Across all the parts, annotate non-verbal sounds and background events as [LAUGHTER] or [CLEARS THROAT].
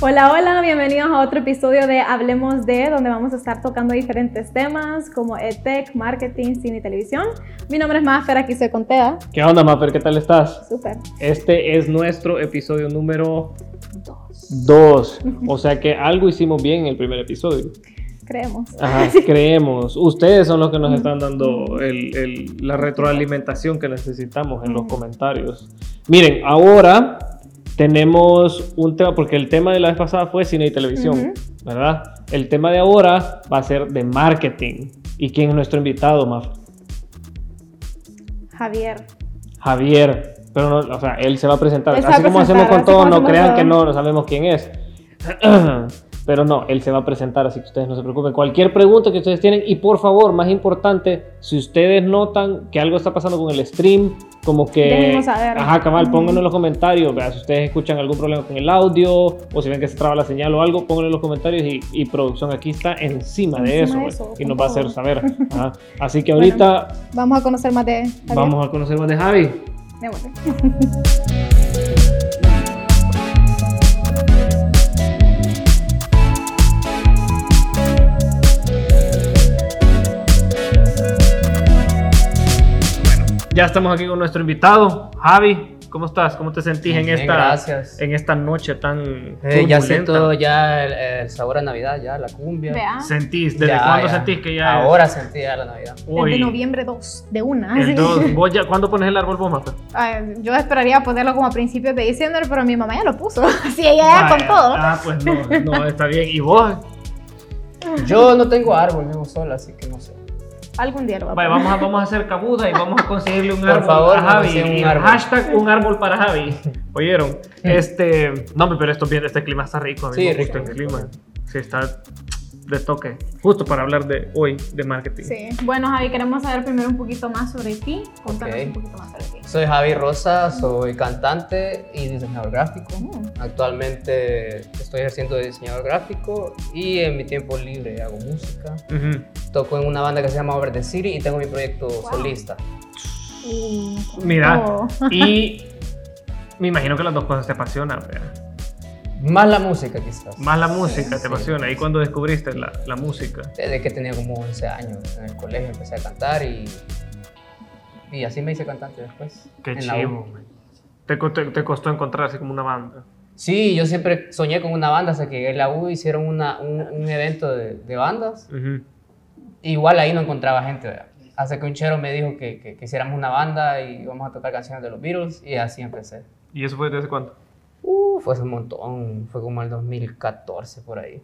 Hola, hola, bienvenidos a otro episodio de Hablemos de, donde vamos a estar tocando diferentes temas como EdTech, marketing, cine y televisión. Mi nombre es Mafer, aquí soy con Tea. ¿Qué onda, Mafer? ¿Qué tal estás? Súper. Este es nuestro episodio número Dos. 2. O sea que algo hicimos bien en el primer episodio. Creemos. Ajá, creemos. Ustedes son los que nos están dando el- el- la retroalimentación que necesitamos en los comentarios. Miren, ahora tenemos un tema, porque el tema de la vez pasada fue cine y televisión, Ujú. ¿verdad? El tema de ahora va a ser de marketing. ¿Y quién es nuestro invitado, Maf? Javier. Javier. Pero, no, o sea, él se va a presentar. Él se va así a como presentar, hacemos con así como todos, no hacemos crean todo. que no, no sabemos quién es. [CLEARS THROAT] Pero no, él se va a presentar, así que ustedes no se preocupen. Cualquier pregunta que ustedes tienen, y por favor, más importante, si ustedes notan que algo está pasando con el stream, como que. Déjenos saber. Ajá, cabal, Ujú. pónganlo en los comentarios. vea, Si ustedes escuchan algún problema con el audio, o si ven que se traba la señal o algo, pónganlo en los comentarios. Y, y producción aquí está encima, de Encima eso, de pues, eso, y por nos va a hacer favor. [LAUGHS] saber. Ajá. Así que Bueno. ahorita Vamos a conocer más de Javier. vamos a conocer más de Javi. Démosle. Ya estamos aquí con nuestro invitado, Javi. ¿Cómo estás? ¿Cómo te sentís en Bien, esta gracias. en esta noche tan Eh, ya turbulenta? siento ya el, el sabor a Navidad, ya la cumbia. Vea. ¿Sentís? ¿Desde Ya, cuándo ya. sentís que ya es Ahora sentí ya la Navidad. hoy? Desde noviembre 2, de una. El así. dos. ¿Vos ya- ¿Cuándo pones el árbol pues? vos, Mafe? [LAUGHS] Ay, yo esperaría ponerlo como a principios de diciembre, pero mi mamá ya lo puso. [LAUGHS] Así ella ya con Vaya. todo. Ah, pues no, no, está bien. ¿Y vos? Yo no tengo árbol, vivo sola, así que no sé. Algún día lo va a Vaya, poner. vamos, a, vamos a hacer cabuda y vamos a conseguirle un Por árbol favor, a Javi. consigue un Y árbol. Hashtag un árbol para Javi. ¿Oyeron? Este, no, hombre, pero esto, bien, este clima está rico. a mí Sí, me rico, gusta el rico. clima. Sí, está de toque. Justo para hablar de hoy, de marketing. Sí. Bueno, Javi, queremos saber primero un poquito más sobre ti. Contanos Ok. un poquito más sobre ti. Soy Javi Rosa, soy cantante y diseñador gráfico. Mm. Actualmente estoy ejerciendo de diseñador gráfico y en mi tiempo libre hago música. Ujú. Toco en una banda que se llama Over the City y tengo mi proyecto solista. Mira, Oh. y me imagino que las dos cosas te apasionan, ¿verdad? Más la música quizás. más la música te sí. apasiona. ¿Y cuando descubriste la, la música? Desde que tenía como 11 años en el colegio empecé a cantar y, y así me hice cantante después. Qué en la U. chivo, man. te, co- te, te costó encontrarse como una banda. Sí, yo siempre soñé con una banda hasta que llegué a la U, hicieron una, un, un evento de, de bandas. Ujú. Igual ahí no encontraba gente. ¿verdad? Hasta que un chero me dijo que, que, que hiciéramos una banda y vamos a tocar canciones de los Beatles y así empecé. ¿Y eso fue desde hace cuánto? Uh, fue hace un montón, fue como el 2014 por ahí.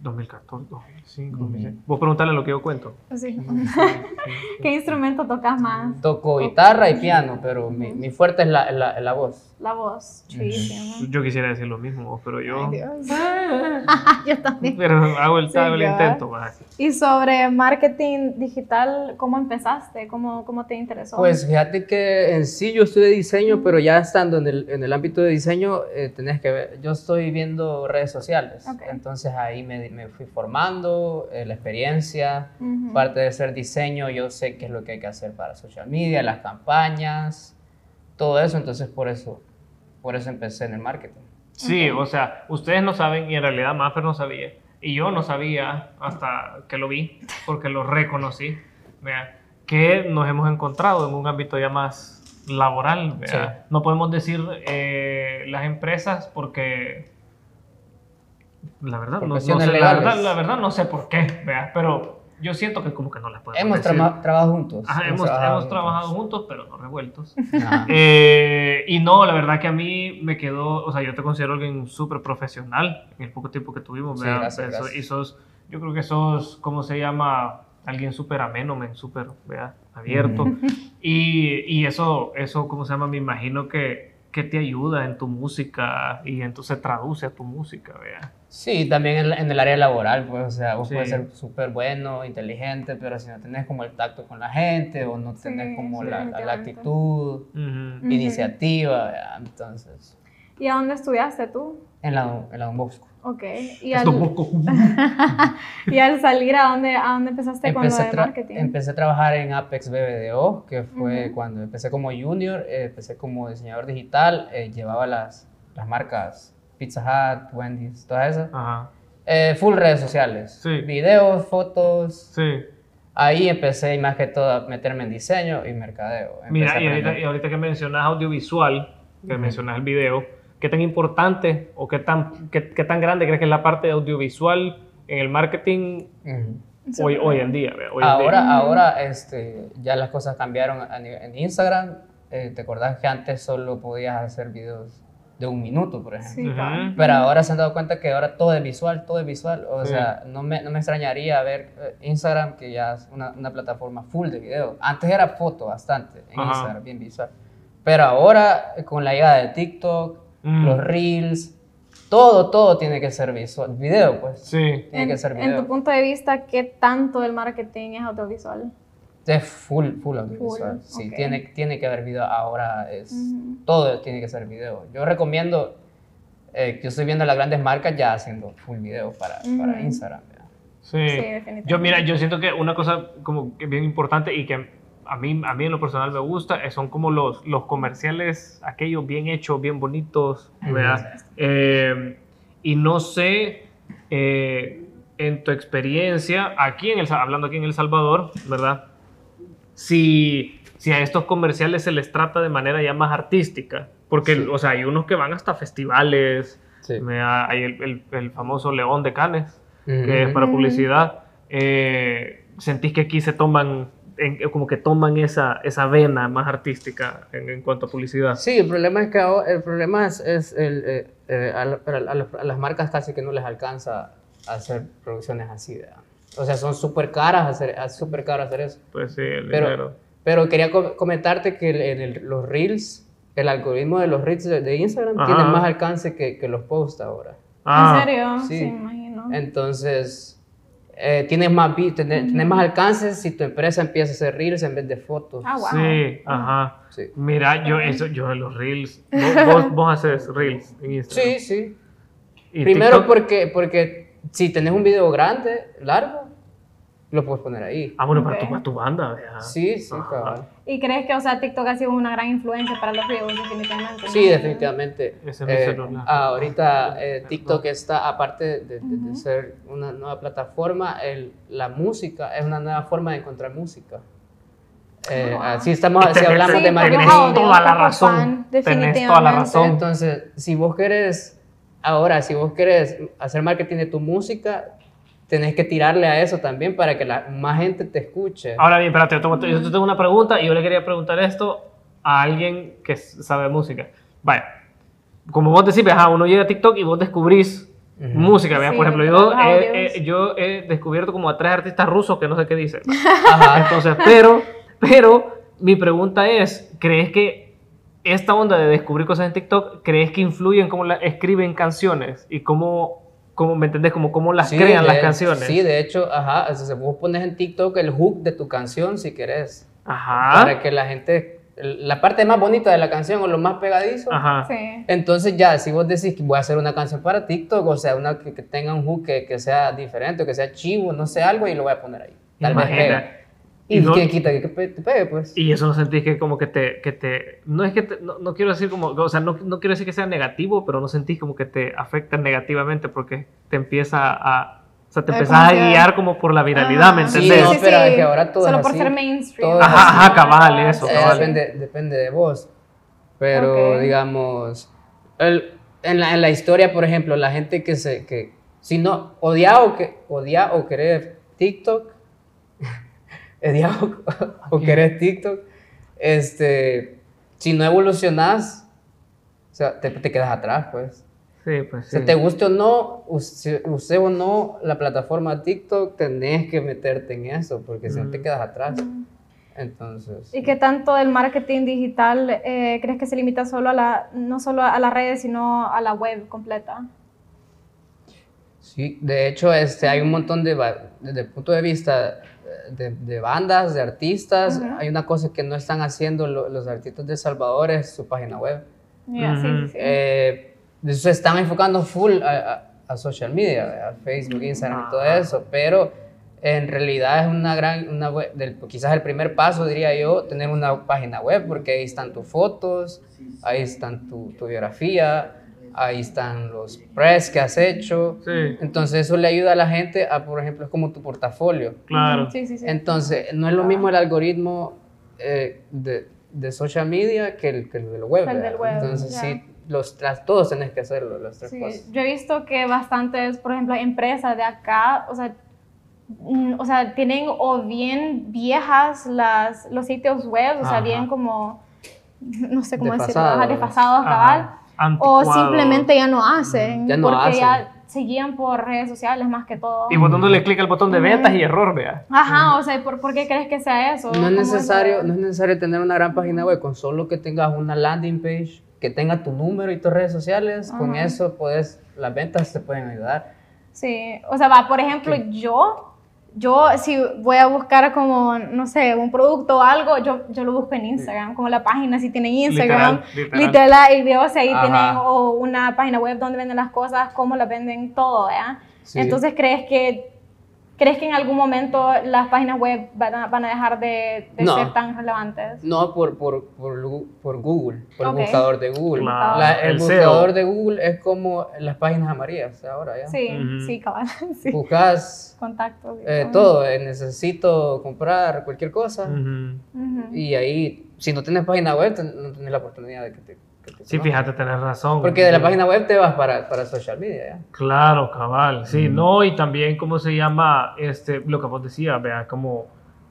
2014, 2005, Ujú. 2006. Vos preguntale lo que yo cuento. [LAUGHS] Sí. ¿Qué instrumento tocas más? Toco guitarra y piano, pero mi, mi fuerte es la, la, la voz. La voz. Chulísima. Yo quisiera decir lo mismo, vos, pero yo... Ay, Dios. Yo también. [LAUGHS] Pero hago el, Sí, hago el yo. intento. va. Y sobre marketing digital, ¿cómo empezaste? ¿Cómo, cómo te interesó? Pues fíjate que en sí yo estudié diseño, pero ya estando en el, en el ámbito de diseño, eh, tenés que ver, yo estoy viendo redes sociales, Ok. entonces ahí me, me fui formando, eh, la experiencia, Ujú. parte de ser diseño, yo sé qué es lo que hay que hacer para social media, las campañas, todo eso, entonces por eso, por eso empecé en el marketing. Sí, o sea, ustedes no saben y en realidad Maffer no sabía. Y yo no sabía hasta que lo vi, porque lo reconocí, vea, que nos hemos encontrado en un ámbito ya más laboral. vea. Sí. No podemos decir eh, las empresas porque... La verdad, Por no, no sé, cuestiones la, legales. verdad, la verdad no sé por qué, vea, pero yo siento que como que no las podemos Hemos decir. trama- pues. trabajado juntos. Ah, Ajá, hemos, hemos trabajado juntos. juntos, pero no revueltos. Ajá. Eh, y no, la verdad que a mí me quedó, o sea, yo te considero alguien súper profesional en el poco tiempo que tuvimos, Sí, ¿verdad? gracias, Eso- gracias. Y sos, yo creo que sos, ¿cómo se llama? Alguien súper ameno, men, súper, ¿verdad? Abierto. y, y eso, eso, ¿cómo se llama? Me imagino que, que te ayuda en tu música y entonces traduce a tu música, ¿verdad? Sí, también en, la- en el área laboral, pues, o sea, vos Sí. puedes ser súper bueno, inteligente, pero si no tenés como el tacto con la gente o no tenés Sí, como sí, la, la- la definitivamente. actitud, Ujú. Ujú. iniciativa, ¿verdad? entonces, ¿Y a dónde estudiaste tú? en la, en la Don Bosco. Ok. ¿Y Esto al, poco. y al salir, ¿a dónde, a dónde empezaste con lo Empecé, a de tra- marketing? empecé a trabajar en Apex BBDO, que fue Ujú. cuando empecé como junior, eh, empecé como diseñador digital, eh, llevaba las, las marcas Pizza Hut, Wendy's, todas esas. Ajá. Eh, full redes sociales. Ah. Sí. Videos, fotos. Sí. Ahí empecé y más que todo a meterme en diseño y mercadeo. Empecé a Mira, y ahorita, aprender. y ahorita que mencionas audiovisual, que mencionas el video, ¿qué tan importante o qué tan, qué, qué tan grande crees que es la parte de audiovisual en el marketing Ujú. hoy, hoy en día? vea, hoy en Ahora, día? ahora este, ya las cosas cambiaron a nivel- en Instagram. Eh, ¿Te acordás que antes solo podías hacer videos de un minuto, por ejemplo? Sí, Ujú. cabal. Pero ahora se han dado cuenta que ahora todo es visual, todo es visual. O Sí. sea, no me, no me extrañaría ver eh, Instagram, que ya es una, una plataforma full de video. Antes era foto bastante en Ajá. Instagram, bien visual. Pero ahora, eh, con la llegada de TikTok, Mm. los Reels, todo, todo tiene que ser visual. Video, pues. Sí. Tiene que ser en tu video. punto de vista, ¿qué tanto del marketing es audiovisual? Es full, full audiovisual. Full, sí, ok. Mm. tiene, tiene que haber video. Ahora es. Ujú. Todo tiene que ser video. Yo recomiendo. eh, yo estoy viendo las grandes marcas ya haciendo full video para, para Ujú. Instagram. ¿verdad? Sí. Sí, definitivamente. Yo, mira, yo siento que una cosa como que bien importante y que a mí, a mí en lo personal me gusta eh, son como los, los comerciales, aquellos bien hechos, bien bonitos, ¿verdad? Eh, y no sé, eh, en tu experiencia, aquí en el, Sa- hablando aquí en El Salvador, ¿verdad? Si, si a estos comerciales se les trata de manera ya más artística, porque, Sí. o sea, hay unos que van hasta festivales, Sí. ¿verdad? hay el- el- el famoso León de Canes, que es Ujú. para Ujú. publicidad, eh, sentís que aquí se toman, en- como que toman esa, esa vena más artística en, en cuanto a publicidad. Sí, el problema es que ahora- el problema es, es el, eh, eh, a, la- a la- a las marcas casi que no les alcanza a hacer producciones así, ¿verdad? O sea, son súper caras hacer, a- súper caro hacer eso. Pues sí, el Pero- dinero. Pero quería com- comentarte que el- en el- los Reels, el algoritmo de los Reels de, de Instagram Ajá. tiene más alcance que, que los posts ahora. Ah, ¿En serio? Sí, sí. me imagino. Entonces, eh, tienes, más, vi- tenés- tenés más alcances si tu empresa empieza a hacer Reels en vez de fotos. Ah, wow. Sí, ajá. Sí. Mira, yo eso, yo en los reels, vos, vos, vos haces reels en Instagram. sí, sí. Y Primero TikTok- porque, porque si tenés un video grande, largo, lo puedes poner ahí. Ah, bueno, para, Ok. tu, para tu banda, vea. Sí, sí, Ajá. cabal. ¿Y crees que, o sea, TikTok ha sido una gran influencia para los videos, definitivamente? Sí, definitivamente. Ese es Ah, mi Eh, celular. ahorita eh, TikTok está, aparte de, de- de Ujú. ser una nueva plataforma, el- la música es una nueva forma de encontrar música. Eh, Ah. así estamos, Este- si hablamos Sí, porque de marketing. Tenés audio, toda la como razón. fan, Tenés toda la razón. Entonces, si vos querés, ahora, si vos querés hacer marketing de tu música, tenés que tirarle a eso también para que la, más gente te escuche. Ahora bien, espérate, yo tengo, yo te tengo una pregunta y yo le quería preguntar esto a alguien que s- sabe música. Vaya, como vos decís, ajá, uno llega a TikTok y vos descubrís Ujú. música. vea, Sí, por ejemplo, de yo los he, audios. he- yo he descubierto como a tres artistas rusos que no sé qué dicen. ¿va? Ajá. Entonces, pero, pero mi pregunta es, ¿crees que esta onda de descubrir cosas en TikTok, crees que influye en cómo la, escriben canciones y cómo, cómo me entendés, como cómo [LAUGHS] las Sí, crean las de- canciones? Sí, de hecho, ajá, o sea, vos pones en TikTok el hook de tu canción si querés, para Ajá. que la gente, la parte más bonita de la canción o lo más pegadizo. Ajá. Sí. Entonces ya, si vos decís que voy a hacer una canción para TikTok, o sea, una que, que tenga un hook que, que sea diferente, o que sea chivo, no sé, algo, y lo voy a poner ahí. Tal vez Imagina. pegue. Y Y, no- quien quita que pe- te pegue, pues. Y eso no sentís que como que te, que te, no es que te- no, no quiero decir como, o sea, no, no quiero decir que sea negativo, pero no sentís como que te afecta negativamente porque te empieza a, o sea, te A empezás a confiar. guiar como por la viralidad, Ah, ¿me Sí, entendés? no, pero es que ahora todo es Solo por así. ser mainstream. Todo es Ajá, así. ajá, cabal, eso, Eh, cabal. depende, depende de vos. Pero, Ok. digamos, el- en, la, en la historia, por ejemplo, la gente que se. Que, si no, odia o, que, odia o querer TikTok, [LAUGHS] odia o, o querer TikTok, este, si no evolucionás, o sea, te, te quedas atrás, pues. Sí, pues Si sí. te guste o no, use, use o no la plataforma TikTok, tenés que meterte en eso, porque si no te Mm. quedas atrás. Entonces. ¿Y qué tanto del marketing digital eh, crees que se limita solo a la, no solo a las redes, sino a la web completa? Sí, de hecho, este, hay un montón de, ba- desde el punto de vista eh, de, de bandas, de artistas, Ujú. hay una cosa que no están haciendo lo- los artistas de El Salvador, es su página web. Ya, sí, Ujú. sí, sí. Eh, se están enfocando full a, a- a social media, a Facebook, Instagram y todo Ajá. eso, pero en realidad es una gran, una we- del- quizás el primer paso, diría yo, tener una página web, porque ahí están tus fotos, ahí están tu, tu biografía, ahí están los press que has hecho. Sí, Entonces eso le ayuda a la gente a, por ejemplo, es como tu portafolio. claro. Sí, sí, sí. Entonces, no es lo mismo el algoritmo eh, de, de social media que el, que el del web. Que el del ¿verdad? web, Entonces, ya. sí, los, las- todos tenés que hacerlo, las tres Sí, cosas. yo he visto que bastantes, por ejemplo, empresas de acá, o sea, mm, o sea, tienen o bien viejas las, los sitios web, o sea, Ajá. bien como, no sé cómo decirlo, Desfasados. ajá, desfasados, cabal, Ajá, o anticuado. simplemente ya no hacen, Mm, Ya no porque hacen. ya se guían por redes sociales más que todo. Y botándole clic al botón de ventas y error, vea. Ajá, o sea, ¿por, por qué crees que sea eso? No es, ¿Cómo necesario, eso? no es necesario tener una gran página web, con solo que tengas una landing page, que tenga tu número y tus redes sociales, con Ajá. eso puedes, las ventas te pueden ayudar. Sí, o sea, va, por ejemplo, yo, yo si voy a buscar como, no sé, un producto o algo, yo, yo lo busco en Instagram, como la página, si tienen Instagram, Literal, literal. literal, y veo si ahí Ajá. tienen o una página web donde venden las cosas, cómo las venden, todo, ¿verdad? Sí. Entonces, ¿crees que, ¿crees que en algún momento las páginas web van a, van a dejar de, de No. ser tan relevantes? No, por, por, por, Lu- por Google, por Ok. el buscador de Google. Claro, La- el, el SEO. buscador de Google es como las páginas amarillas ahora, ¿ya? Sí, Ujú. sí, cabal, [LAUGHS] sí, Buscas contactos. y eh, todo, eh, necesito comprar cualquier cosa. Ujú. Ujú. Y ahí, si no tienes página web, ten- no tienes la oportunidad de que te... que te Sí, conozcan. fíjate, tenés razón. Porque de la página web te vas para, para social media, Claro, cabal, sí, no, y también cómo se llama, este, lo que vos decías, vea, como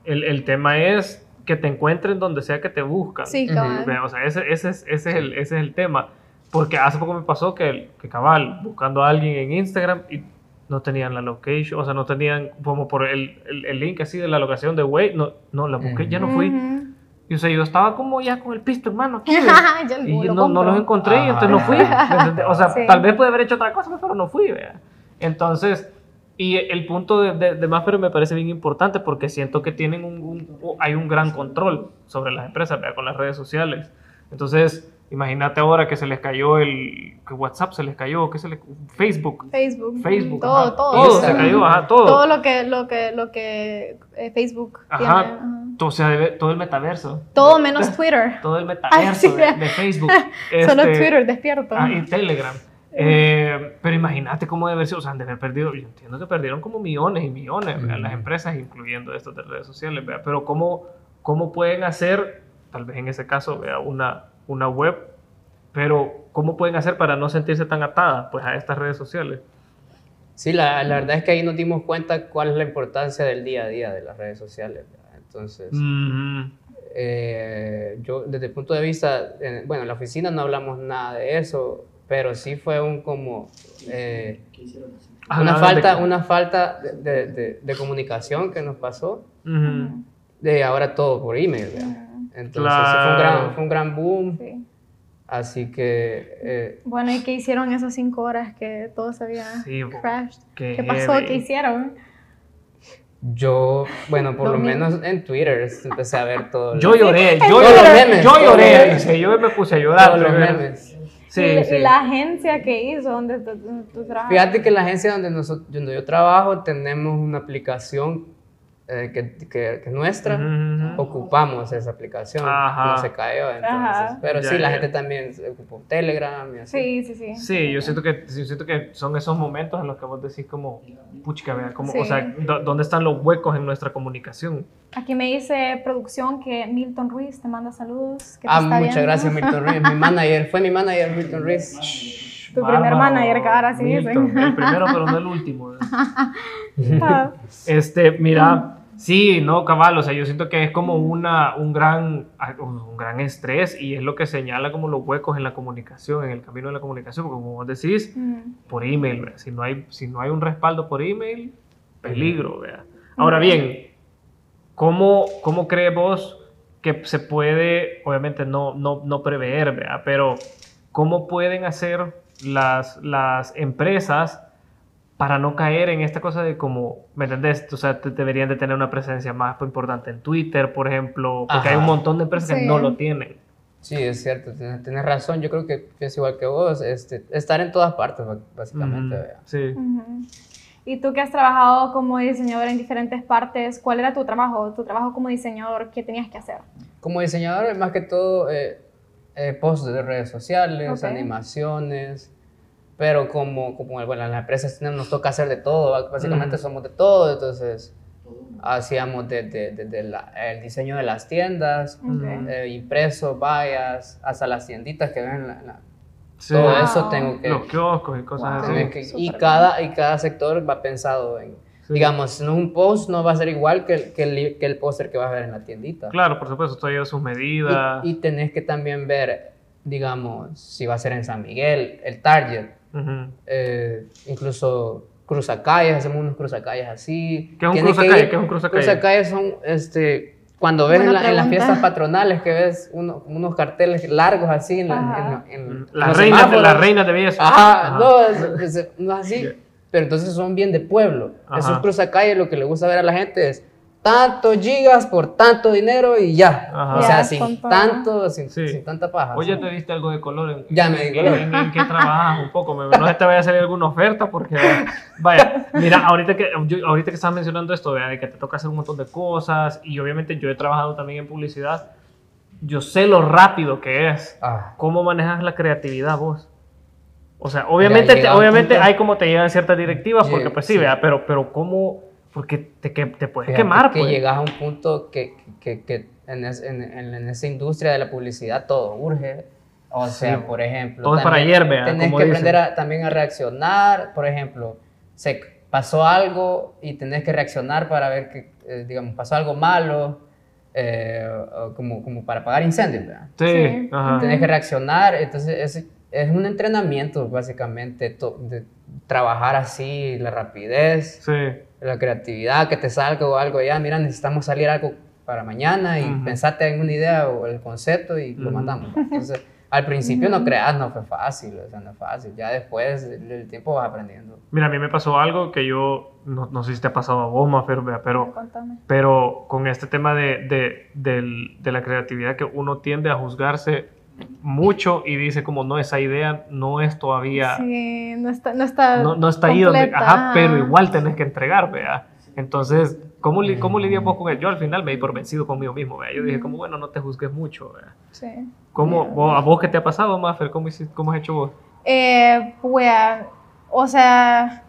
el, el tema es que te encuentren donde sea que te buscan. Sí, Ujú, cabal. Vea, o sea, ese, ese es, ese es el, ese es el tema, porque hace poco me pasó que, que cabal, buscando a alguien en Instagram y no tenían la location, o sea, no tenían como por el, el, el link así de la locación de Way, no, no, la busqué, ya no fui. Ujú. [LAUGHS] Y o sea, yo estaba como ya con el pisto, hermano, aquí. ve. Ajá, yo Y lo no, no compro. los encontré, y entonces no fui. Ajá. ¿me entendés? O sea, Sí. tal vez pude haber hecho otra cosa, pero no fui. ¿vea? Entonces, y el punto de, de, de más, pero me parece bien importante porque siento que tienen un, un- hay un gran control sobre las empresas, ¿vea? con las redes sociales. Entonces, imagínate ahora que se les cayó el, que WhatsApp se les cayó, que se les, Facebook, Facebook. mm, Facebook, Todo, ajá, todo. todo se Instagram. cayó, ajá, todo. Todo lo que, lo que, lo que eh, Facebook Ajá. tiene. ajá. O sea, debe- todo el metaverso, Todo [LAUGHS] menos Twitter. todo el metaverso de, de Facebook. Solo Este, Twitter, despierto. Ah, y Telegram. Eh, pero imagínate cómo debe haber sido, o sea, han de haber perdido, yo entiendo que perdieron como millones y millones ¿verdad? Mm. las empresas, incluyendo estas de redes sociales, ¿verdad? pero cómo, cómo pueden hacer, tal vez en ese caso, ¿verdad? una, una web, pero cómo pueden hacer para no sentirse tan atadas pues, a estas redes sociales. Sí, la, la verdad es que ahí nos dimos cuenta cuál es la importancia del día a día de las redes sociales. ¿verdad? Entonces, Mm. Ujú. eh, yo desde el punto de vista, eh, bueno, en la oficina no hablamos nada de eso, pero sí fue un como... eh, una, Hablaban de- falta, una falta de, de- de- de comunicación que nos pasó, Ujú. de ahora todo por email. ¿verdad? Entonces, sí fue, un Claro. gran, fue un gran boom, Sí. así que... eh, Bueno, ¿y qué hicieron esas cinco horas que todo se había Sí, bo- crashed? qué ¿Qué pasó? heavy. ¿Qué hicieron? Yo, bueno, por lo Dormí. menos en Twitter empecé a ver todo. lo- Yo lloré, yo Todos los lloré, memes, yo todos los lloré, memes. dice, yo me puse a llorar. todos los ¿verdad? memes. Sí, y, la- sí. y la agencia que hizo, donde tú, tú- tú trabajas. Fíjate que en la agencia donde, noso- donde yo trabajo tenemos una aplicación eh, que, que- que es nuestra. Ujú. Ocupamos esa aplicación. Ajá. No se cayó entonces. Ajá. Pero Ya, sí, la ya. gente también se ocupó Telegram y Sí, así. sí, sí. Sí, yo siento que, yo siento que son esos momentos en los que vos decís como, puchica, vea, como, o Sí. sea, do- ¿dónde están los huecos en nuestra comunicación? Aquí me dice producción que Milton Ruiz te manda saludos. Que te Ah, está muchas viendo. gracias Milton Ruiz, mi manager, fue mi manager Milton Ruiz. Tu primer manager, que ahora sí Milton, dicen. El primero, pero no el último. [LAUGHS] Ah. Este, mira, sí, no, cabal, o sea, yo siento que es como una, un, gran, ah, un gran estrés y es lo que señala como los huecos en la comunicación, en el camino de la comunicación, porque como vos decís, Mm. por email, ¿verdad? si no hay si no hay un respaldo por email, peligro, ¿verdad? Ahora bien, ¿cómo, cómo crees vos que se puede, obviamente no, no, no prever, ¿verdad? pero cómo pueden hacer las, las empresas para no caer en esta cosa de como, ¿me entendés? O sea, te- deberían de tener una presencia más importante en Twitter, por ejemplo, porque Ajá. hay un montón de empresas que Sí. no lo tienen. Sí, es cierto, tienes, tienes razón, yo creo que pienso igual que vos, este, estar en todas partes ba- básicamente. Ujú, ¿verdad? Sí. Ujú. Y tú que has trabajado como diseñador en diferentes partes, ¿cuál era tu trabajo? Tu trabajo como diseñador, ¿qué tenías que hacer? Como diseñador, más que todo, eh, eh, posts de redes sociales, Ok. animaciones, Pero como, como bueno, las empresas tienen- nos toca hacer de todo, ¿va? básicamente somos de todo, entonces hacíamos desde el diseño de las tiendas, Ok. eh, impresos, vallas, hasta las tienditas que ven en la- en la- Sí, Ah, todo Wow. eso tengo que... los kioscos y cosas Wow. tengo así. que- y, Súper cada, y cada sector va pensado en... Sí. Digamos, en un post no va a ser igual que el, que el, li- que el póster que vas a ver en la tiendita. Claro, por supuesto, todo lleva sus medidas. Y, y tenés que también ver, digamos, si va a ser en San Miguel, el target, Ujú. eh, incluso cruzacalles, hacemos unos cruzacalles así. ¿Qué es un Tienes que cruzacalle? ir- ¿Qué es un cruzacalle? Cruzacalles son, este, cuando ves en, Buena la- en las pregunta. fiestas patronales que ves uno- unos carteles largos así en, la- Ajá. en- en- en Las reinas, los de- semáforos. las reinas de belleza. Ajá, Ajá. no, es- es- no es así. Pero entonces son bien de pueblo. Ajá. Esos cruzacalles lo que le gusta ver a la gente es tantos gigas por tanto dinero y ya. Ajá. O sea, Ya, con sin todo. tanto, sin, Sí. sin tanta paja. Oye, te diste algo de color. En, Ya me di en- color. en- en qué trabajas un poco? Me- No te vaya a salir alguna oferta porque, ah, vaya, mira, ahorita que, yo- ahorita que estás mencionando esto, vea, de que te toca hacer un montón de cosas y obviamente yo he trabajado también en publicidad, yo sé lo rápido que es. Ah, ¿Cómo manejas la creatividad vos? O sea, obviamente, te- llega un obviamente punto- hay como te llegan ciertas directivas porque Llega, pues sí, sí. vea, pero, pero ¿cómo? Porque te, que, te puedes fíjate quemar, que pues. llegas a un punto que, que- que en, es- en- en- en esa industria de la publicidad todo urge. O sea, por ejemplo, Todo es para también ayer, vea, tenés como que dicen. aprender a- también a reaccionar. Por ejemplo, se pasó algo y tenés que reaccionar para ver que, eh, digamos, pasó algo malo, eh, o como, como para apagar incendios, ¿verdad? Sí, Sí. ajá. Tienes que reaccionar, entonces es, es un entrenamiento básicamente, to- de trabajar así, la rapidez, Sí. la creatividad, que te salga o algo, ya, mira, necesitamos salir algo para mañana y Ujú. pensate en una idea o el concepto y lo Ujú. mandamos. Entonces, al principio no creas, no fue fácil, o sea, no es fácil, ya después el, el tiempo vas aprendiendo. Mira, a mí me pasó algo que yo, no, no sé si te ha pasado a vos, Mafer, vea, pero, Contame. pero con este tema de, de, del- de la creatividad que uno tiende a juzgarse mucho y dice como no, esa idea no es todavía, Sí, no está, no está no, no está ahí donde, completa, ajá, pero igual tenés que entregar, vea. Entonces, ¿cómo, li- Mm. ¿cómo lidias vos con él? Yo al final me di por vencido conmigo mismo, vea. Yo Mm. dije como, bueno, no te juzgues mucho, vea. Sí. ¿Cómo, vos- ¿A vos qué te ha pasado, Mafer? ¿Cómo, hiciste- cómo has hecho vos? Eh, wea, o sea,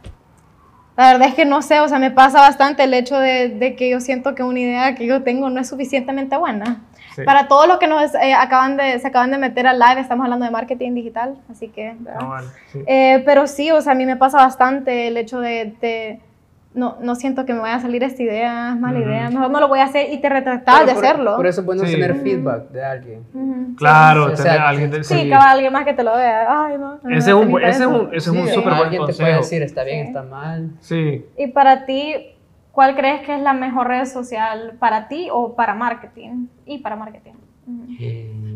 la verdad es que no sé, o sea, me pasa bastante el hecho de, de que yo siento que una idea que yo tengo no es suficientemente buena. Sí. Para todos los que nos eh, acaban de, se acaban de meter al live, estamos hablando de marketing digital, así que... ¿verdad? Ah, vale, sí. Eh, pero sí, o sea, a mí me pasa bastante el hecho de, de- no, no siento que me vaya a salir esta idea, es mala Ujú. idea, mejor no lo voy a hacer y te retratabas de Pero por- hacerlo. Por eso es bueno Sí. tener feedback de alguien. Ujú. Claro, sí, o sea, tener a alguien de- Sí, sí. cabal, alguien más que te lo vea. Ay, no, no, Ese es no, un, ni buen- para ese es eso. un, ese es un Sí, súper buen alguien te puede consejo. decir, está bien, Sí. está mal. Sí. Y para ti, ¿cuál crees que es la mejor red social para ti o para marketing? Y para marketing. Ujú. Eh,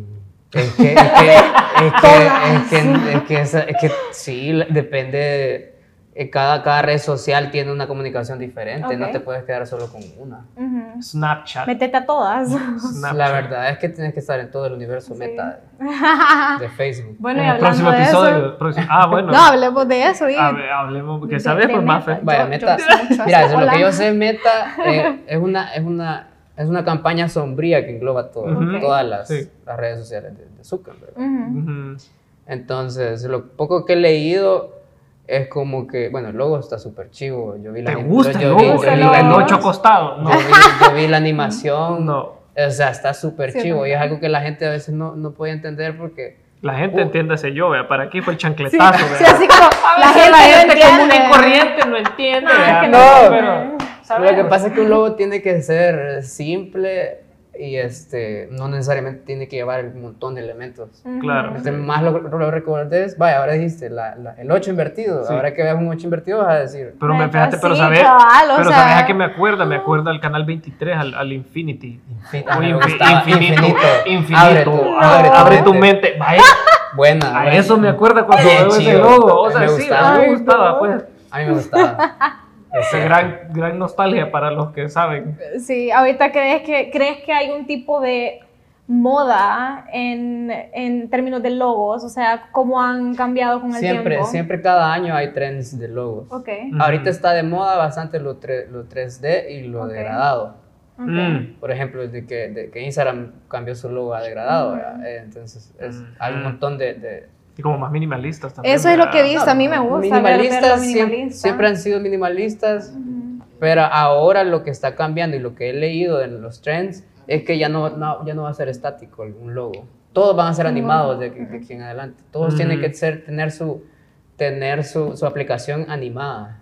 Es que, es que, es que, es que, es que esa- es que sí, la- depende, de- eh, cada, cada red social tiene una comunicación diferente, no Ok. te puedes quedar solo con una. Ujú. Snapchat. Métete a todas. Snapchat. La verdad es que tienes que estar en todo el universo meta de, de Facebook. [LAUGHS] bueno, y En el hablando próximo de episodio. eso. próximo- Ah, bueno. No, hablemos de eso. Y A ver, hablemos, porque de- sabes pues, de por meta. Maffer. Vaya, yo- meta. yo sé Mira, mucho eso. eso es lo Hola. que yo sé, meta [LAUGHS] eh, es, una, es, una, es una campaña sombría que engloba todo, Ujú. todas las, Sí. las redes sociales de, de Zuckerberg. Ujú. Ujú. Entonces, lo poco que he leído es como que, bueno, el logo está súper chivo. Yo vi la ¿Te anim- gusta el yo vi- logo? yo El, vi logo. la el anim- ocho costado. No. yo vi- yo vi [LAUGHS] la animación. No. O sea, está súper Sí, chivo. Y es también. algo que la gente a veces no, no puede entender porque. La gente Uh. entiéndase yo, vea. Para aquí fue el Oh. Sí, chancletazo, sí, vea. así como la gente, la gente no común entiende. y corriente no entiende. No, vea, es que no. pero- Lo que pasa es que un logo tiene que ser simple y este, no necesariamente tiene que llevar un montón de elementos. Ujú. Claro. Este, Entre más lo, lo recordes, vaya, ahora dijiste la- la- el 8 invertido. Sí. Ahora que veas un 8 invertido, vas a decir. Pero me Neta, fíjate, pero sí, sabes, chaval, o pero sea- sabes a qué me acuerda, me acuerda al canal 23, al, al Infinity. Infi- O ah, me infi- gustaba, infinito, infinito, Abre tu, abre tu Abre tu mente. mente. Vaya, Buena. A buena. eso me acuerda cuando Bien veo ese chido. logo. O Me sea, sí, gustaba. me Ay, gustaba, no. pues. A mí me gustaba. [LAUGHS] Este, Esa gran, gran nostalgia para los que saben. Sí, ahorita crees que, crees que hay un tipo de moda en, en términos de logos, o sea, cómo han cambiado con el Siempre, tiempo. siempre cada año hay trends de logos. Ok. Ahorita está de moda bastante lo, tre- lo 3D y lo Ok. degradado. ok. Mm. Por ejemplo, de Mm. Mm. que, de que Instagram cambió su logo a degradado. ¿verdad? Eh, Entonces, es- hay un Ujú. montón de, de- Y como más minimalistas también. Eso es lo ¿verdad? que viste, a mí me gusta. ver- verlo minimalistas, siem- siempre, minimalista. han sido minimalistas, pero ahora lo que está cambiando y lo que he leído en los trends es que ya no, no- ya no va a ser estático un logo. Todos van a ser animados de, de aquí en adelante. Todos Ujú. tienen que ser, tener, su, tener su, su aplicación animada.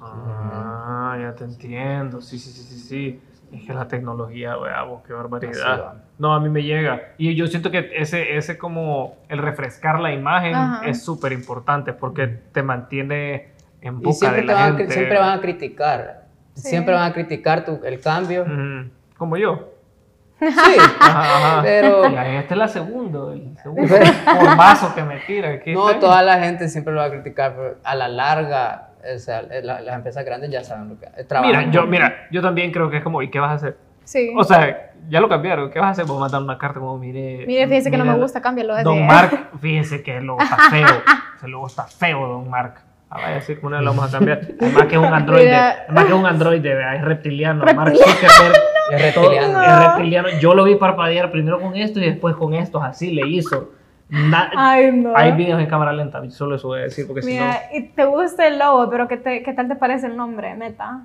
Ah, ya te entiendo. Sí, sí, sí, sí, sí. Es que la tecnología, weá, vos, qué Así barbaridad. va. No, a mí me llega. Y yo siento que ese, ese como el refrescar la imagen Ajá. es súper importante porque te mantiene en Y boca de siempre, te la van, a cri- gente. siempre van a criticar. Sí. Siempre van a criticar tu- el cambio. Ujú, Como yo. Sí, [LAUGHS] Ajá, ajá. Ah, [LAUGHS] pero... Ya, Este es la segunda, el segundo formazo que me tira. aquí No, está. toda la gente siempre lo va a criticar, pero a la larga, o sea, eh, la- las empresas grandes ya saben lo que eh, trabajan. Mira, yo, con- mira, yo también creo que es como, ¿y qué vas a hacer? Sí. O sea, ya lo cambiaron, ¿qué vas a hacer? Vos mandar una carta como, mire... Mire, fíjese que no me mire, gusta, cámbialo. es de- Don Mark, fíjese que el logo [LAUGHS] está feo. Ese logo está feo, Don Mark. Ah, vaya a decir que una vez lo vamos a cambiar. Además que [LAUGHS] es un androide, Mira. además que es un androide, vea, es reptiliano. Mark Zuckerberg Es todo- [LAUGHS] reptiliano. es reptiliano. Yo lo vi parpadear primero con esto y después con estos, así le hizo. Na- Ay, no. Hay videos en cámara lenta, solo eso voy a decir, porque si no... Mira, y te gusta el logo, pero ¿qué, te- qué tal te parece el nombre, Meta?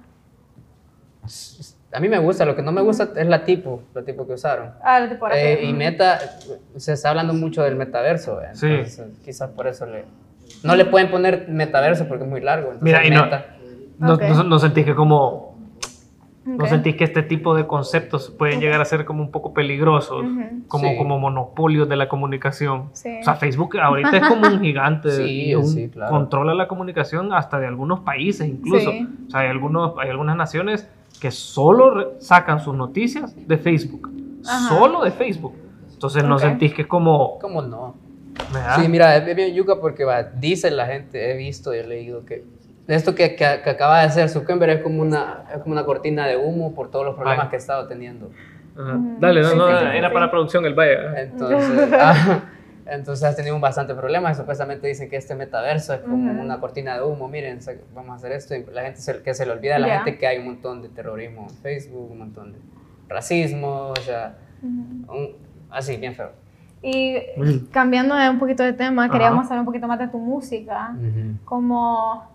A mí me gusta, lo que no me gusta es la tipo, la tipo que usaron. Ah, la tipografía. Eh, y Meta, se está hablando mucho del metaverso, ¿eh? Sí. Entonces, quizás por eso le... No le pueden poner metaverso porque es muy largo. entonces Mira, y no- meta. No, Ok. no- no sentís que como... ¿No Ok. sentís que este tipo de conceptos pueden llegar a ser como un poco peligrosos, Ujú. como, Sí. como monopolios de la comunicación? Sí. O sea, Facebook ahorita es como un [LAUGHS] gigante, Sí, y un- sí, claro. controla la comunicación hasta de algunos países incluso. Sí. O sea, hay, algunos, hay algunas naciones que solo re- sacan sus noticias de Facebook, Ajá. solo de Facebook. Entonces no Ok. sentís que es como... ¿Cómo no? ¿verdad? Sí, mira, es bien yuca porque va, dice la gente, he visto y he leído que esto que, que- que acaba de hacer Zuckerberg es como, una, es como una cortina de humo por todos los problemas Ay. que he estado teniendo. Ajá. Dale, no, Sí, no, sí, sí, era sí. para producción el Valle. ajá. Eh, Entonces, ah, entonces has tenido bastante problemas. Supuestamente dicen que este metaverso es como Ujú. una cortina de humo. Miren, sa- vamos a hacer esto. Y la gente se, que se le olvida a la Ya. gente que hay un montón de terrorismo en Facebook, un montón de racismo, o sea, un- así, bien feo. Y cambiando de un poquito de tema, Ajá. queríamos saber un poquito más de tu música. Como,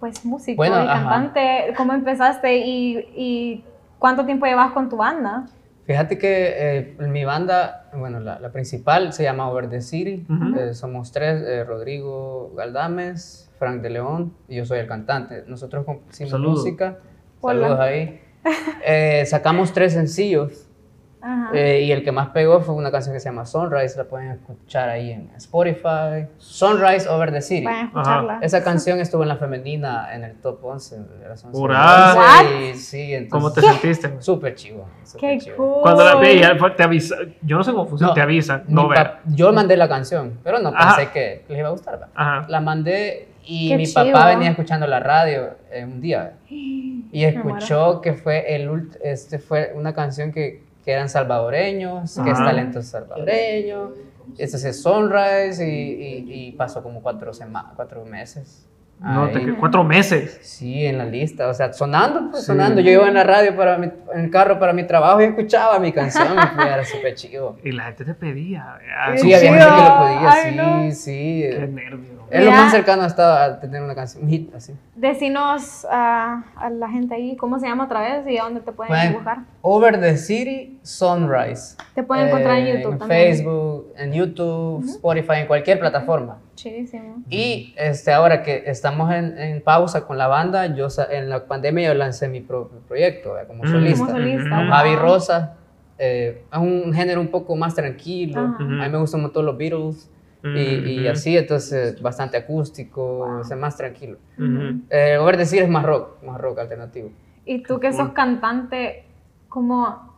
pues, músico Bueno, y ajá. cantante, ¿cómo empezaste y, y cuánto tiempo llevas con tu banda? Fíjate que eh, mi banda, bueno, la, la principal se llama Over the City. Ujú. Eh, somos tres, eh, Rodrigo Galdames, Frank de León y yo soy el cantante. Nosotros compusimos Saludos. música. Hola. Saludos [LAUGHS] ahí. Eh, sacamos tres sencillos Ajá. eh, y el que más pegó fue una canción que se llama Sunrise. La pueden escuchar ahí en Spotify. Sunrise Over the City. Vayan a escucharla. Esa canción estuvo en la femenina en el top 11. de las 11 Ura. Sí, sí, entonces. ¿Cómo te sentiste? Súper chido. súper ¡Qué chido. cool! Cuando la veía, te avisa. Yo no sé cómo funciona, No, te avisan. Mi No vea. pap- Yo mandé la canción, pero no Ajá. pensé que les iba a gustar. ¿va? Ajá. La mandé y Qué mi chivo. papá venía escuchando la radio eh, un día y escuchó que fue el ult- este fue una canción que, que eran salvadoreños, que es Ajá. talento salvadoreño. Este es Sunrise y, y- y pasó como cuatro, sema- cuatro meses. No, te ahí. que- cuatro meses. Sí, en la lista, o sea, sonando, pues Sí. sonando. Yo iba en la radio, para mi- en el carro para mi trabajo y escuchaba mi canción, y fue, era súper chido. Y la gente te pedía. ¿verdad? Sí, había chido. gente que lo pedía, Ay, sí, no. sí. Qué Es nervio. lo Mira. más cercano hasta a tener una canción, un hit, así. Decinos ah, a la gente ahí cómo se llama otra vez y a dónde te pueden Bueno, buscar. Over the City, Sunrise. Te pueden encontrar en Eh, YouTube en también. Facebook, en YouTube, Spotify, en cualquier plataforma. Chidísimo. Y este, ahora que estamos en, en pausa con la banda, yo sa- en la pandemia yo lancé mi propio proyecto ¿verdad? como Mm. solista. Como solista. Ujú. wow. Javi Rosa, eh, es un género un poco más tranquilo. Ajá. A mí me gustan mucho los Beatles y, y Mm, Ujú. así, entonces bastante acústico, o sea, más tranquilo. Ujú. Eh, Over decir es más rock, más rock alternativo. Y tú que sos cantante, ¿cómo,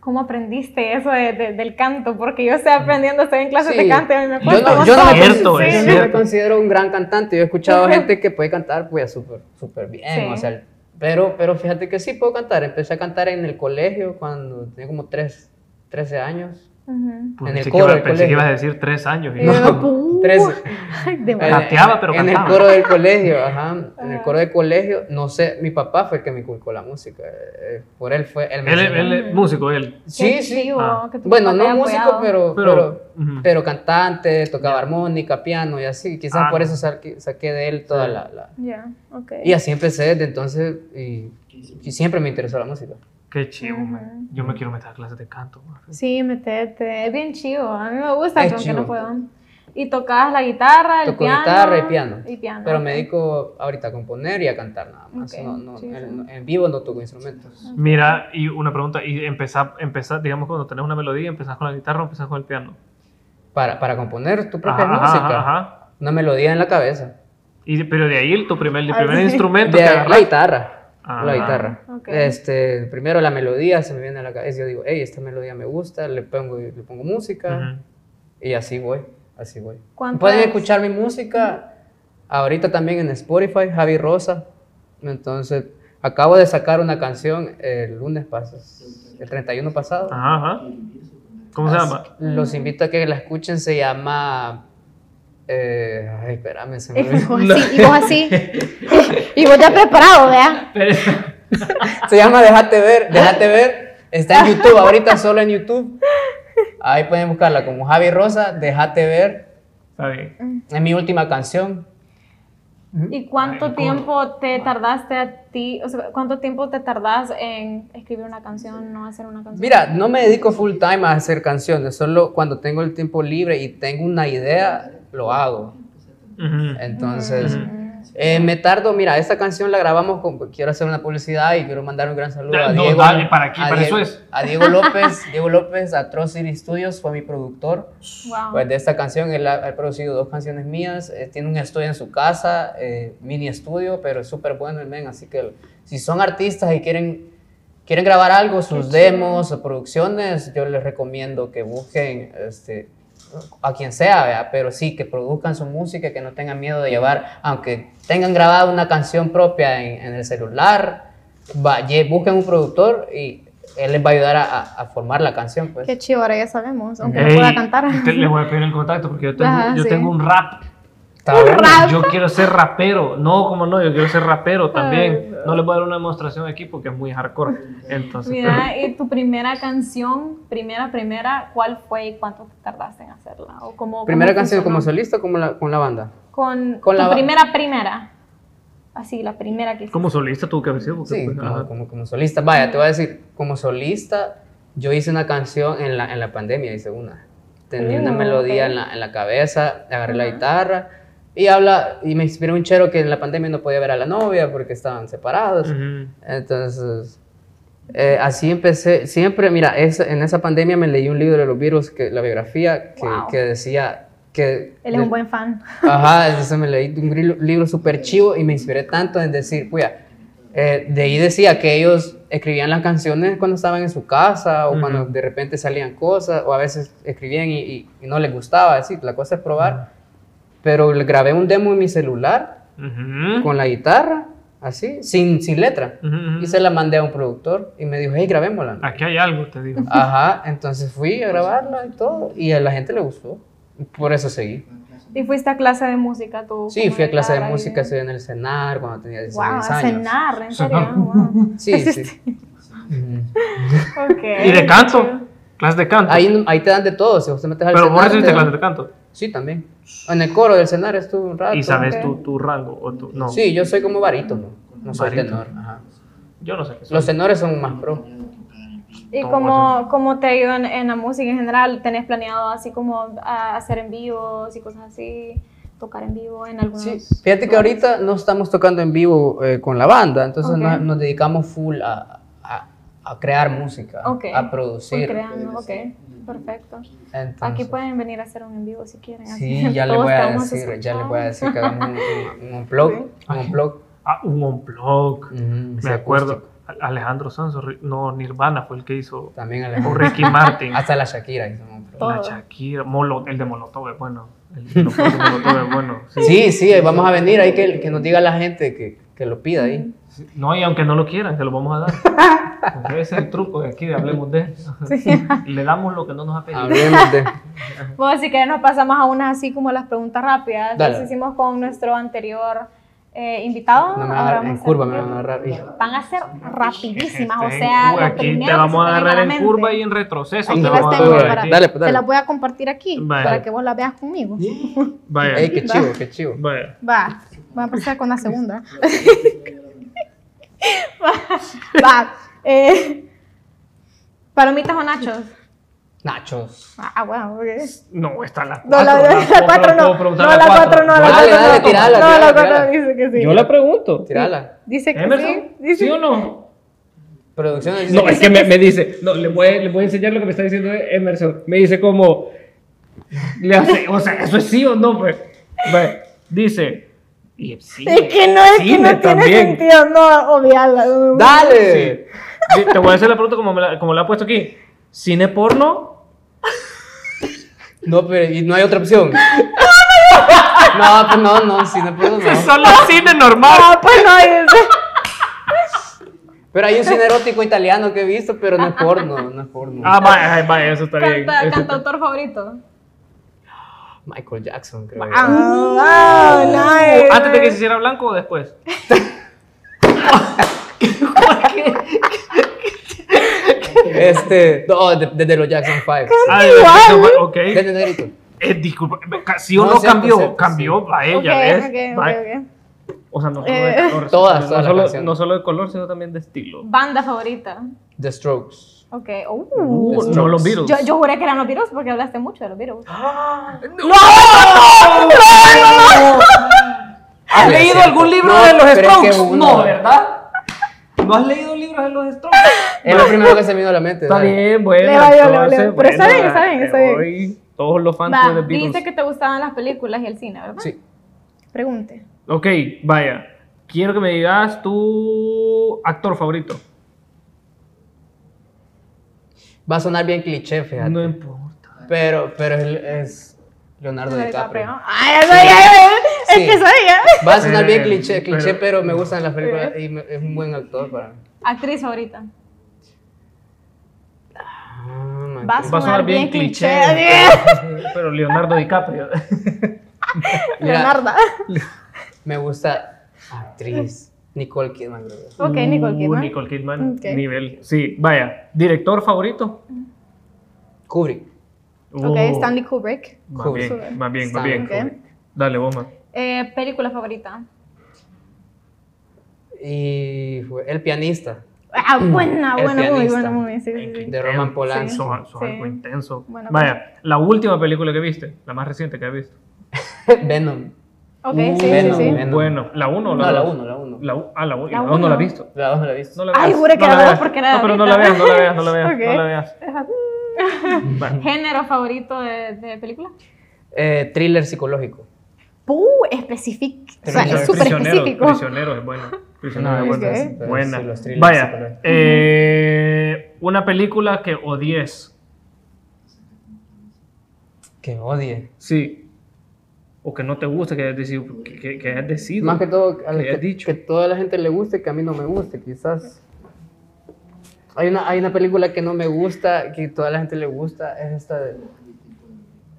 cómo aprendiste eso de- de- del canto? Porque yo estoy aprendiendo, estoy en clases Sí. de canto y Pues, a mí me Yo cuesta no, yo no me, bastante. Cierto, yo es no me cierto. considero un gran cantante. Yo he escuchado gente que puede cantar pues súper súper bien, Sí. o sea, pero, pero fíjate que sí puedo cantar. Empecé a cantar en el colegio cuando tenía como tres, 13 años. Ujú. Puta, En el pensé que coro iba- del Pues pensé que colegio. pues, ibas a decir tres años. y Eh, no. pu- tres. [LAUGHS] Eh, Ay, de En- verdad. Gateaba, pero En el cantaba. coro del colegio, ajá. En el coro del colegio, no sé, mi papá fue el que me inculcó la música. eh, eh, Por él fue. Él me Él, él, enseñó. él- músico, él. sí, Qué sí. chivo, Ah. que tu Bueno, papá te no haya músico, apoyado. pero, Pero- pero, ujú. pero cantante, tocaba armónica, piano y así. Quizás Ah, por no. eso saqué, saqué de él toda la, la- Ya, ok. Y así empecé desde entonces y, y siempre me interesó la música. Qué chivo, man. Yo me quiero meter a clases de canto. man. Sí, metete. Es bien chido. A mí me gusta, Es pero aunque no chivo. puedo. Y tocabas la guitarra, el Toco piano. guitarra y piano. Y piano. Pero me dedico ahorita a componer y a cantar nada más. Ok, No- no, sí, en, en vivo no toco instrumentos. Mira, y una pregunta, y empezar, empezar, digamos, cuando tenés una melodía, empezás con la guitarra o empezás con el piano. Para, para componer tu propia Ajá, música, ajá, ajá. una melodía en la cabeza. Y, pero de ahí tu primer, el Ah, primer sí. instrumento De- que la agarraste. guitarra. Ah. la guitarra. Ok. Este, primero la melodía se me viene a la cabeza. Yo digo, hey, esta melodía me gusta, le pongo, le pongo música. Ujú. Y así voy, así voy. ¿Cuántas- Pueden escuchar mi música ahorita también en Spotify, Javi Rosa. Entonces, acabo de sacar una canción el lunes pasado, el 31 pasado. Ajá, ajá. Ah, ¿Cómo se llama? Los invito a que la escuchen, se llama... eh, ay, espérame, se me Y [LAUGHS] olvidó. vos así, Eh, y vos [LAUGHS] así. y vos te has preparado, ¿verdad? [LAUGHS] Se llama Déjate ver, Déjate ver. Está en YouTube, ahorita solo en YouTube. Ahí pueden buscarla como Javi Rosa, Déjate ver. Está bien. Es mi última canción. ¿Y cuánto Ay, ¿cómo? tiempo te tardaste a ti? O sea, ¿cuánto tiempo te tardás en escribir una canción, no hacer una canción? Mira, no me dedico full time a hacer canciones, solo cuando tengo el tiempo libre y tengo una idea, lo hago. Ujú. Entonces, eh, me tardo, mira, esta canción la grabamos con, quiero hacer una publicidad y quiero mandar un gran saludo Ya, a no, Diego. dale, para aquí, a para Diego- eso es. A Diego López, [LAUGHS] Diego López, Atrocity Studios, fue mi productor. Wow. Pues de esta canción, él ha, ha producido dos canciones mías, eh, tiene un estudio en su casa, eh, mini estudio, pero es súper bueno el men, así que si son artistas y quieren, quieren grabar algo, sus demos o producciones, yo les recomiendo que busquen este, a quien sea, ¿vea? pero sí, que produzcan su música, que no tengan miedo de llevar, aunque tengan grabada una canción propia en, en el celular, va, lle- busquen un productor y él les va a ayudar a, a- a formar la canción. Pues. Qué chido, ahora ya sabemos, aunque Ey, no pueda cantar. te- le voy a pedir el contacto porque yo tengo, Ajá, yo sí. tengo un rap. Está bueno. Yo quiero ser rapero. No, como no, yo quiero ser rapero también. No les voy a dar una demostración aquí porque es muy hardcore. Entonces, Mira, y tu primera canción, primera, primera, ¿cuál fue y cuánto te tardaste en hacerla? ¿O cómo- cómo ¿Primera canción como funcionó? solista o como la, con la banda? Con, con tu la- primera, primera. Así, la primera que hiciste. como solista tuvo que haber sido. porque, Sí, pues, como, ajá. como, como solista. Vaya, te voy a decir, como solista, yo hice una canción en la, en la pandemia, hice una. Tenía una Uh, melodía ok. en, la, en la cabeza, agarré la guitarra y habla, y me inspiró un chero que en la pandemia no podía ver a la novia porque estaban separados. Ujú. Entonces, eh, así empecé. Siempre, mira, esa- en esa pandemia me leí un libro de los virus, que, la biografía, que, Wow. que decía que... Él es un buen fan. Ajá, entonces me leí un gri- libro súper chivo y me inspiré tanto en decir, cuya, eh, de ahí decía que ellos escribían las canciones cuando estaban en su casa o cuando de repente salían cosas o a veces escribían y, y- y no les gustaba, así, la cosa es probar. Pero le grabé un demo en mi celular Ujú. con la guitarra, así, sin, sin letra. Ujú, ujú. Ah. Y se la mandé a un productor y me dijo, hey, grabémosla. Aquí hay algo, te digo. Ajá, entonces fui a grabarla y todo y a la gente le gustó. Por eso seguí. ¿Y fuiste a clase de música tú? Sí, como fui a clase de guitarra y- música, estudié en el cenar cuando tenía 16 Wow, a años. [LAUGHS] cenar, en serio. Cenar. wow. [LAUGHS] Sí, sí. Ujú. Ok. Y de canto, clase de canto. ahí, ahí te dan de todo, si vos te metes al pero vos cenar, recibiste te dan- clase de canto. Sí, también. En el coro del cenar estuve un rato. Y sabes ok. tu, tu rango. O tu, no, Sí, yo soy como barítono, no soy Barítono. tenor. ajá. yo no sé qué soy. Los tenores son más pro. ¿Y Todo cómo, cómo te ha ido en, en la música en general? ¿Tenés planeado así como ah, hacer en vivos y cosas así? ¿Tocar en vivo en algunos? Sí, fíjate que ahorita no estamos tocando en vivo eh, con la banda, entonces Ok. nos, nos dedicamos full a, a- a crear música, Ok. a producir. Creando, ok, perfecto. Entonces- Aquí pueden venir a hacer un en vivo si quieren. [LAUGHS] Sí, así ya le todos voy a estamos decir, ya le voy a escuchando. decir que hagamos un, un, un blog, un blog. Ah, un unplug. Ujú, sí, Me acuerdo. acústico. A- Alejandro Sanz, o Ri- no, Nirvana fue el que hizo. También O Alejandro. [LAUGHS] Ricky Martin. [LAUGHS] Hasta la Shakira hizo un blog. La Todo. Shakira, Molo- el de Molotov es bueno. El de Molotov de [LAUGHS] Molotov es bueno. sí. Sí, sí, ahí vamos a venir, ahí que, que nos diga la gente que, que lo pida ahí. No, y aunque no lo quieran, se lo vamos a dar. Ese es el truco de aquí, de hablemos de. [LAUGHS] Le damos lo que no nos ha pedido. Pues, Hablemos de... Bueno, si querés nos pasamos a unas así como las preguntas rápidas. Dale. Las hicimos con nuestro anterior eh, invitado. No me Ahora va a vamos en a curva, hacer- me van a agarrar. hijo. Van a ser rapidísimas, o Este, sea, uy, lo aquí primero te que vamos se a te venga agarrar la en mente. curva y en retroceso. Aquí te las vamos a tengo agarrar para- aquí. Dale, pues Te las dale. voy a compartir aquí Vale. para que vos las veas conmigo. Vaya. Ey, qué chivo, qué chivo. Vaya. Va, voy a empezar con la segunda. [LAUGHS] va, va, eh, palomitas o nachos. Nachos. Ah, bueno, ok. No, está la No, cuatro. Ah, la, la, puedo- cuatro no. puedo No, preguntar la cuatro no, la Dale, cuatro dale, no. tirala, No, la tirala, cuatro tirala. dice que sí. Yo la pregunto. Tírala. Dice que Emerson, sí. Dice ¿sí o no? Producción dice No, es que me, me dice, no, le voy, le voy a enseñar lo que me está diciendo Emerson. Me dice como, le hace, o sea, eso es sí o no, pues. Ve, dice, y sí. Es que no, es que sí, no tiene también. sentido, no, obviarla. ¡Dale! Sí, Te voy a hacer la pregunta como, me la, como la ha puesto aquí. ¿Cine porno? No, pero y no hay [LAUGHS] otra opción. No, pues no, no, si no puedo, no. Solo cine normal. No, pues no, dice. Pero hay un cine erótico italiano que he visto, pero no es porno, no es porno. Ah, vaya, ay, vaya, eso está bien. Canta, Eso está- cantautor favorito. Michael Jackson, creo. Ah, wow, nice. ¿Antes de que se hiciera blanco o después? Este, no, de- desde los Jackson 5. Ah, de- de- ok. Desde Negrito. Eh, disculpa, ca- sí o No, no cierto, cambió, cierto, cambió, vaya, Ok, ya ves. ok, ok, vaya. ok. O sea, no solo de Eh. color. Todas, no, todas las solo, canciones. no solo de color, sino también de estilo. Banda favorita. The Strokes. Ok. Uh, Uh, The no los Strokes. Beatles. yo, yo juré que eran los virus porque hablaste mucho de los virus. ¿Has Sí, es leído cierto. algún libro No, de los pero es Strokes? que uno- no, ¿verdad? ¿No has leído libros de los Strokes? Es lo primero que se me vino a la [LAUGHS] mente. Está ¿sabes? bien, bueno. Le valió, le entonces, valió. Pero está bueno, bien, está bien, está eh, bien. hoy Todos los fans Va, de los Beatles. dice que te gustaban las películas y el cine, ¿verdad? Sí. Pregunte. Ok, vaya. Quiero que me digas tu actor favorito. Va a sonar bien cliché, fíjate. No importa. Pero, pero él es Leonardo DiCaprio. Ay, eso ya es. Sí. Es que soy yo. Va a sonar bien Pero- cliché, cliché, pero- pero me gustan las películas y me- es un buen actor para mí. Actriz favorita. Ah, Va Va a a Sonar sonar bien bien cliché. [LAUGHS] Pero Leonardo DiCaprio. Mira. Leonardo. Me gusta actriz Nicole Kidman. creo. Ok, Nicole Uh, Kidman. Nicole Kidman, Ok. nivel. Sí, vaya. ¿Director favorito? Kubrick. Ok, Uh, Stanley Kubrick. Más Kubrick. bien, más bien, más Stanley bien. Kubrick. Dale, bomba. Eh, película favorita. Y fue el pianista [LAUGHS] Ah, buena, El buena, muy pianista. buena, muy bien. Sí, sí, sí. de Roman Polanski. Eso, eso Sí. es algo intenso. Bueno, vaya, la última película que viste, la más reciente que has visto. Venom. Ok, sí, sí, Venom, sí. Venom. Bueno, la uno o No, la la dos? 1, la 1. La u- ah, la 1. La La 1 no la has uno. visto. La 2 no la he visto. No la Ay, veas, juré que no era la dos veas. porque era No, pero no la ahorita. veas, no la veas, no la veas, no Ok. la veas. [LAUGHS] Vale. ¿Género favorito de, de película? Eh, thriller psicológico. ¡Puh! Específico. Uh, O sea, Pero es prisioneros, súper específico. Prisionero es bueno. Prisionero No, es bueno. ok. es pero buena. sí, los thrillers Vaya, psicológicos. eh, una película que odies. Que odie. Sí. O que no te guste, que hayas decidido. Que, que- que hayas decidido. Más que todo, a la- ¿Qué has que, dicho? que toda la gente le guste, que a mí no me guste, quizás. Hay una, hay una película que no me gusta, que toda la gente le gusta, es esta de...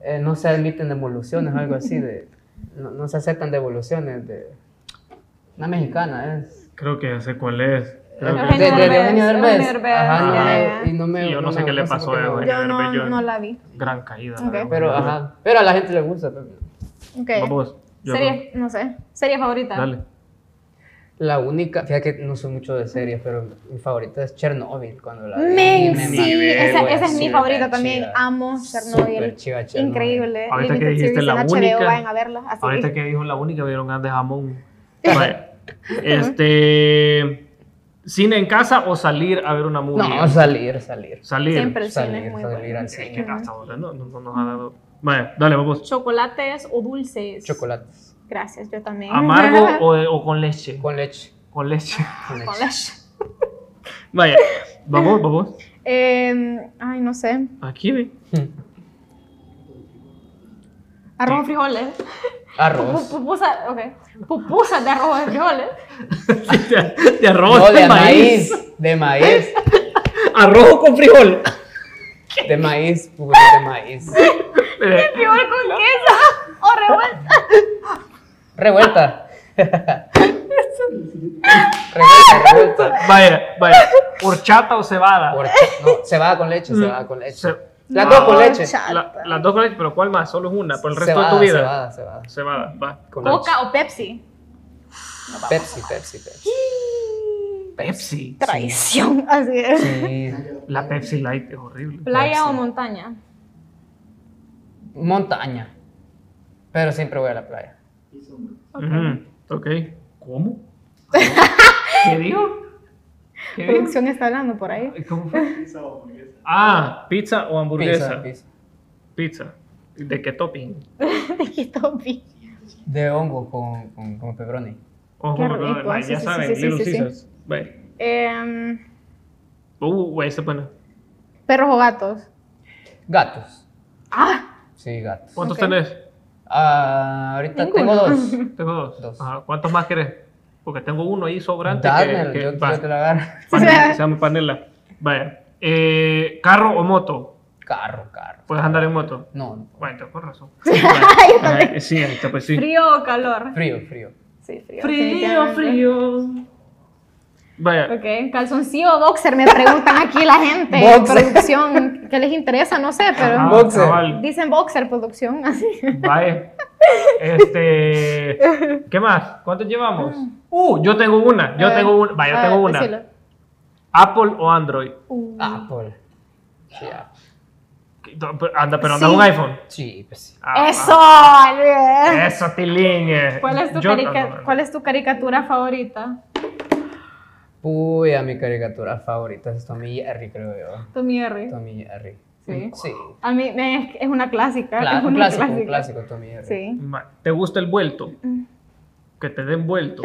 eh, no se admiten devoluciones, algo así, de... No, no se aceptan devoluciones de... Una mexicana, es... Creo que ya sé cuál es. De, Creo que- Eugenio de- de Derbez, Eugenio Derbez. Eugenio Derbez, Ajá, no ya, me- ya. y no me- Y Ah, yo no sé me qué le gusta pasó porque a no- Eugenio. Yo no, Yo- no la vi. Gran caída. Ok. ¿no? Pero, ajá, pero a la gente le gusta. pero- Ok. Vamos. yo- Serie, no sé. Serie favorita. Dale. La única, fíjate que no soy mucho de series, pero mi favorita es Chernobyl cuando la vi, Men, me sí, mamé, esa, güey, esa es mi súper favorita también. chida. Amo Chernobyl. Súper chiva Chernobyl. Increíble. Ahorita que Limited dijiste Series la en única- HBO, vayan a verla. Así Ahorita que dijo la única, me dieron ganas de jamón. Vaya. este. ¿Cine en casa o salir a ver una movie? No, salir, salir. salir. Siempre el cine Salir, es muy salir bueno. al Es cine. que hasta ahora no, no- no nos ha dado. Vaya, dale, vamos. ¿Chocolates o dulces? Chocolates. Gracias, yo también. [LAUGHS] ¿Amargo o, o con leche? Con leche. Con leche. Con leche. Con leche. [LAUGHS] Vaya, vamos, vamos. Eh, ay, no sé. Aquí [LAUGHS] ve. [LAUGHS] Arroz o frijoles. Pu- [LAUGHS] Arroz. Pupusa, ok. Pupusas de arroz de frijoles. De, de arroz, No, de de maíz. [LAUGHS] maíz. De maíz. arroz con frijol. De maíz, puro de maíz. Eh, Peor con queso [LAUGHS] o revuelta. [LAUGHS] Revuelta. revuelta, revuelta. vaya, vaya. Horchata o cebada. Por- no, se va con leche, se va con leche. Se- Las no. dos con leche. Horchata. La- las dos con leche, pero ¿cuál más? Solo es una, por el resto Cebada, de tu vida. Cebada, cebada. Cebada, va. Con Coca o Pepsi. Pepsi, Pepsi, Pepsi. Pepsi. Traición. [LAUGHS] Así es. Sí. La Pepsi Light es horrible. Playa Pepsi. o montaña. Montaña. Pero siempre voy a la playa. Ujú, ok. ¿Cómo? [LAUGHS] ¿Qué dijo? ¿Qué dijo? Producción está hablando por ahí. [LAUGHS] ¿Cómo fue? Pizza o hamburguesa. Ah, pizza o hamburguesa. Pizza, pizza. Pizza. ¿De qué topping? De que topi. De hongo con, con, con pepperoni. Ojo, Qué no, no, rico, la- sí, ya sí, saben, sí, sí, Little sí, sí. Caesars. Vaya. Em, Uh, güey, está buena. perros o gatos. Gatos. Ah, Sí, gatos. ¿Cuántos Ok. tenés? Ah, ahorita Ninguno. [LAUGHS] tengo dos. Tengo dos. Dos. Ajá, ¿Cuántos más querés? Porque tengo uno ahí sobrante. Dármelo, que, que- yo, va. yo te lo agarro. [LAUGHS] Panela, se llama panela. Vaya. Eh, ¿Carro o moto? [LAUGHS] Carro, carro. ¿Puedes andar en moto? No, Bueno, entonces con [LAUGHS] razón. Vaya. Ajá, sí, ahí está, pues sí. frío o calor. frío, frío. Sí, frío. Frío, definitivamente. frío. Vaya. Ok, calzoncillo o boxer, me preguntan aquí la [LAUGHS] gente. Boxer. Producción, ¿qué les interesa? No sé, pero Ajá, boxer. Ah, cabal. dicen boxer, producción, así. Vaya. [LAUGHS] Este. ¿Qué más? ¿Cuántos llevamos? Uh, yo tengo una. Yo Ah. A ver, tengo una. Vaya, a Ah, yo ver, tengo una. decilo. Apple o Android. Ah, Uh, Apple. Sí, Apple. Anda, pero anda Sí. un iPhone. Sí, pues sí. Ah, ¡Eso! ah, Albert. Eso, Tilín. eh. ¿Cuál es, tu Yo- carica- no, no, no. cuál es tu caricatura favorita? Uy, a mi caricatura favorita es Tommy Jerry, creo yo. Tommy Jerry. Tommy Jerry. Sí. Sí. A mí me- es, es una clásica. Cla- es un una clásico, un clásico Tommy Jerry. Sí. Ma- ¿Te gusta el vuelto? Mm. Que te den vuelto.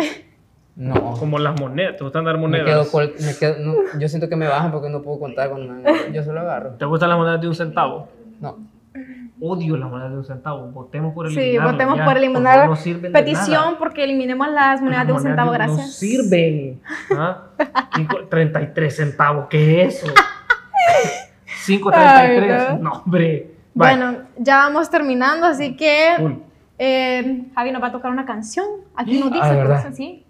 No. Como las monedas. ¿Te gustan dar Me quedo, monedas? col- me quedo- no, yo siento que me bajan porque no puedo contar cuando me- yo solo agarro. ¿Te gustan las monedas de un centavo? No. Odio las monedas de un centavo. Votemos por Sí, eliminarlas. votemos ya, por eliminar favor, no sirven de petición nada. porque eliminemos las monedas de un Las centavo, monedas gracias. No sirven. ¿Ah? Cinco- 33 centavos. ¿Qué es eso? 5.33. Ay, No, hombre. Vaya, Bueno, ya vamos terminando, así que cool. eh, Javi nos va a tocar una canción. Aquí nos Ah, dice, ¿verdad? entonces, sí.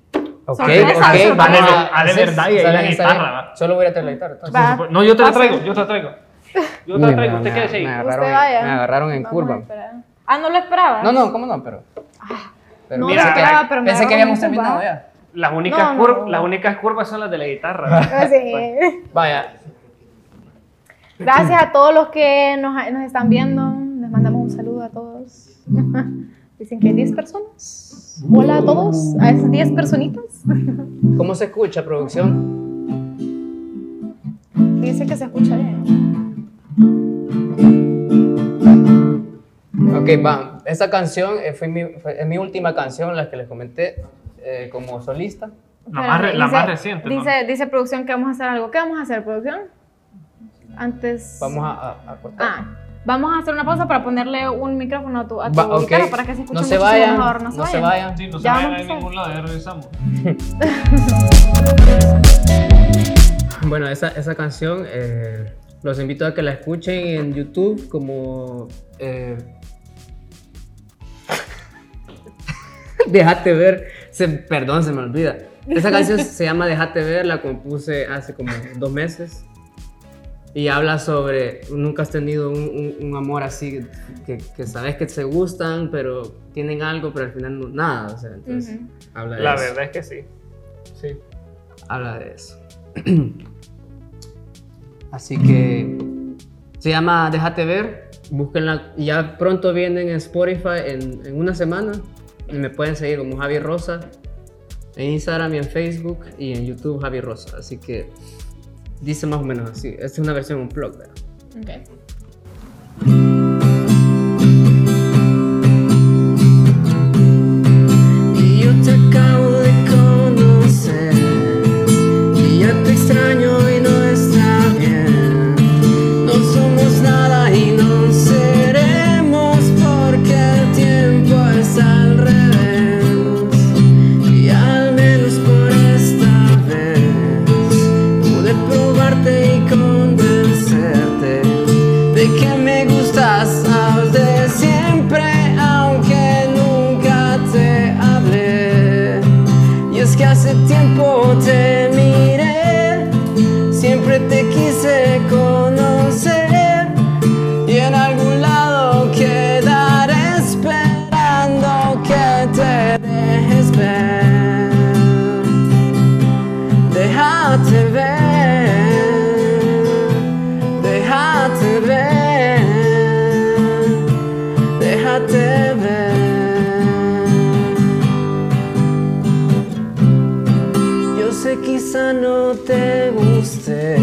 Ok, Sorpresa, sorpresa. ok, vamos Ah, de verdad, y ahí sale- la sale- guitarra, va. Solo voy a traer la guitarra. entonces. Va. No, yo te la traigo. Yo te la traigo. Yo te Uy, la traigo. me- ¿Usted qué me- dice? me ahí? agarraron, en- vaya. me agarraron en Vamos a curva. esperar. Ah, ¿no lo esperabas? No, no, ¿cómo no? Pero. pero No Mira, lo esperaba, ay, pero me pensé que agarró habíamos en curva. terminado ya. Las únicas, No, no, cur- no. las únicas curvas son las de la guitarra. Ah, sí. Vaya, Gracias a todos los que nos, nos están viendo. Les mandamos un saludo a todos. [LAUGHS] Dicen que hay 10 personas. Hola a todos, a esas 10 personitas. ¿cómo se escucha, producción? Dice que se escucha bien. Ok, va. Esa canción eh, fue mi, fue- es mi última canción, la que les comenté eh, como solista. La más, re- Espérame, la dice- más reciente. ¿no? Dice, dice producción que vamos a hacer algo. ¿Qué vamos a hacer, producción? Antes. Vamos a, a- a cortar. Ah, vamos a hacer una pausa para ponerle un micrófono a tu, a tu Va, ok. guitarra para que se escuche no se muchísimo vayan, mejor. no se [LAUGHS] vayan. Sí, no se Ya vayan vamos a a empezar. ningún lado, ya regresamos. Bueno, esa, esa canción eh, los invito a que la escuchen en YouTube como... eh, [LAUGHS] Déjate ver, se- perdón, se me olvida. Esa canción [LAUGHS] se llama Déjate ver, la compuse hace como dos meses y habla sobre nunca has tenido un, un- un amor así que, que sabes que se gustan, pero tienen algo, pero al final no, nada. O sea, entonces, Ujú. habla de La eso verdad es que sí. Sí. habla de eso. [CLEARS THROAT] Así que se llama Déjate ver, búsquenla. y Ya pronto vienen en Spotify en, en una semana y me pueden seguir como Javi Rosa en Instagram y en Facebook y en YouTube Javi Rosa. Así que dice más o menos así. Esta es una versión un blog, ¿verdad? Y yo te acabo de conocer Y ya te extraño y no está bien No somos nada y no seremos Porque el tiempo es al revés Y al menos por esta vez Pude probarte y conocer tiempo te miré, siempre te quise conocer y en algún lado quedaré esperando que te dejes ver. Déjate ver, déjate ver, déjate ver. Yo sé quizá no te guste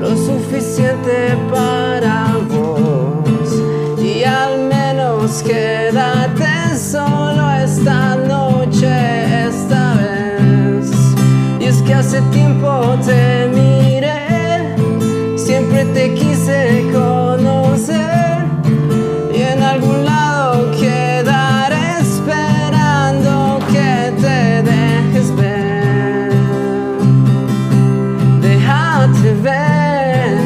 lo suficiente para vos y al menos quédate solo esta noche esta vez. Y es que hace tiempo te miré, siempre te quise conocer y en algún lado quedaré esperando que te dejes ver. Déjate ver,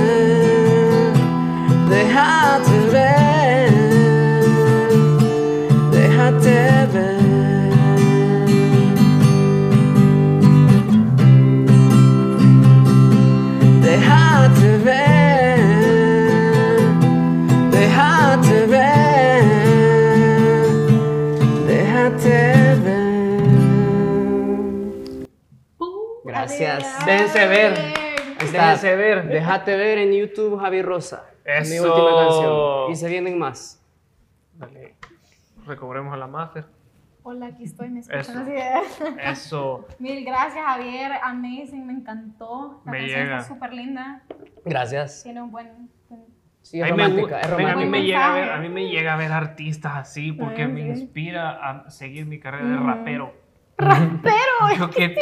déjate ver, déjate ver, déjate ver. Déjate ver, déjate ver. Gracias. Déjense ver. Ahí está. Déjense ver. Déjate ver en YouTube Javi Rosa. Es Mi Eso. última canción. Y se vienen más. Dale. Recobremos a la [LAUGHS] máster. Hola, aquí estoy, me escuchan escuchan Eso. así así. Eso. Mil gracias, Javier. Amazing, me encantó. La Me canción llega. está súper linda. Gracias. Tiene un buen. Sí, A es mí me romántica, gu- es venga, a, mí me romántica. romántico. llega a, Mensaje. ver, a mí me llega a ver artistas así porque Ah, me sí. Mm. inspira a seguir mi carrera de Ujú. rapero. Pero. [LAUGHS] Yo [LAUGHS] que-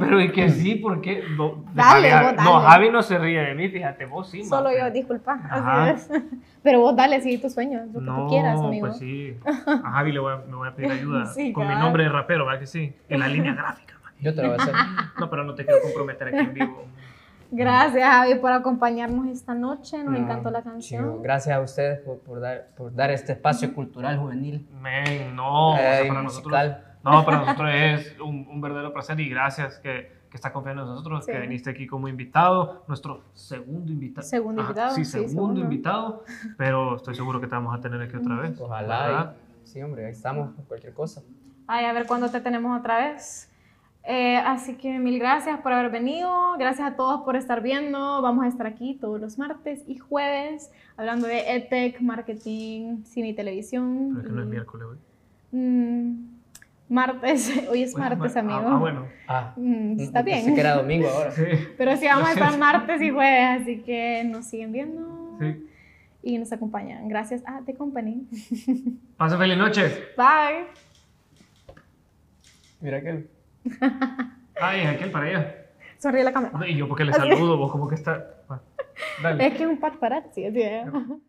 pero es que sí, porque no, Dale, Javi, vos no, dale. Javi no se ríe de mí, fíjate, vos sí. Solo Mafe. yo, disculpa. Ajá. Así es. [LAUGHS] Pero vos dale, sigue tus sueños, lo que tú quieras, amigo. pues sí. A Javi le voy a, me voy a pedir ayuda [LAUGHS] Sí, con mi cabal. nombre de rapero, ¿verdad que sí? En la línea gráfica. [LAUGHS] man. Yo te lo voy a hacer. No, pero no te quiero comprometer aquí en vivo. Gracias, Javi, por acompañarnos esta noche. Ah, Nos No, encantó la chivo. canción. Gracias a ustedes por, por dar, por dar este espacio cultural juvenil. Men, no. o sea, eh, y para nosotros, musical. no, para nosotros es un, un verdadero placer y gracias que, que está confiando en nosotros, Sí. que viniste aquí como invitado, nuestro segundo invitado. Segundo invitado, Sí, sí, segundo, segundo. [LAUGHS] invitado, pero estoy seguro que te vamos a tener aquí otra vez. Ojalá. ¿verdad? y- sí, hombre, ahí estamos por cualquier cosa. Ay, a ver cuándo te tenemos otra vez. Eh, así que mil gracias por haber venido. Gracias a todos por estar viendo. Vamos a estar aquí todos los martes y jueves hablando de E EdTech, marketing, cine y televisión. Pero es que no es Y, miércoles hoy. mm, martes, [LAUGHS] hoy es Hoy martes, mar- amigo. Ah, ah, bueno. Ah, Mm, está pensé bien. que era domingo ahora. Sí, Pero sí, vamos a Lo siento. estar martes y jueves, así que nos siguen viendo sí. y nos acompañan. Gracias a The Company. Pasen feliz noche. Bye. Mira que. Ay, aquel para allá. Sonríe la cámara. Y yo porque le Así. saludo, vos como que está... Bueno, Dale. Es que es un paparazzi, así es.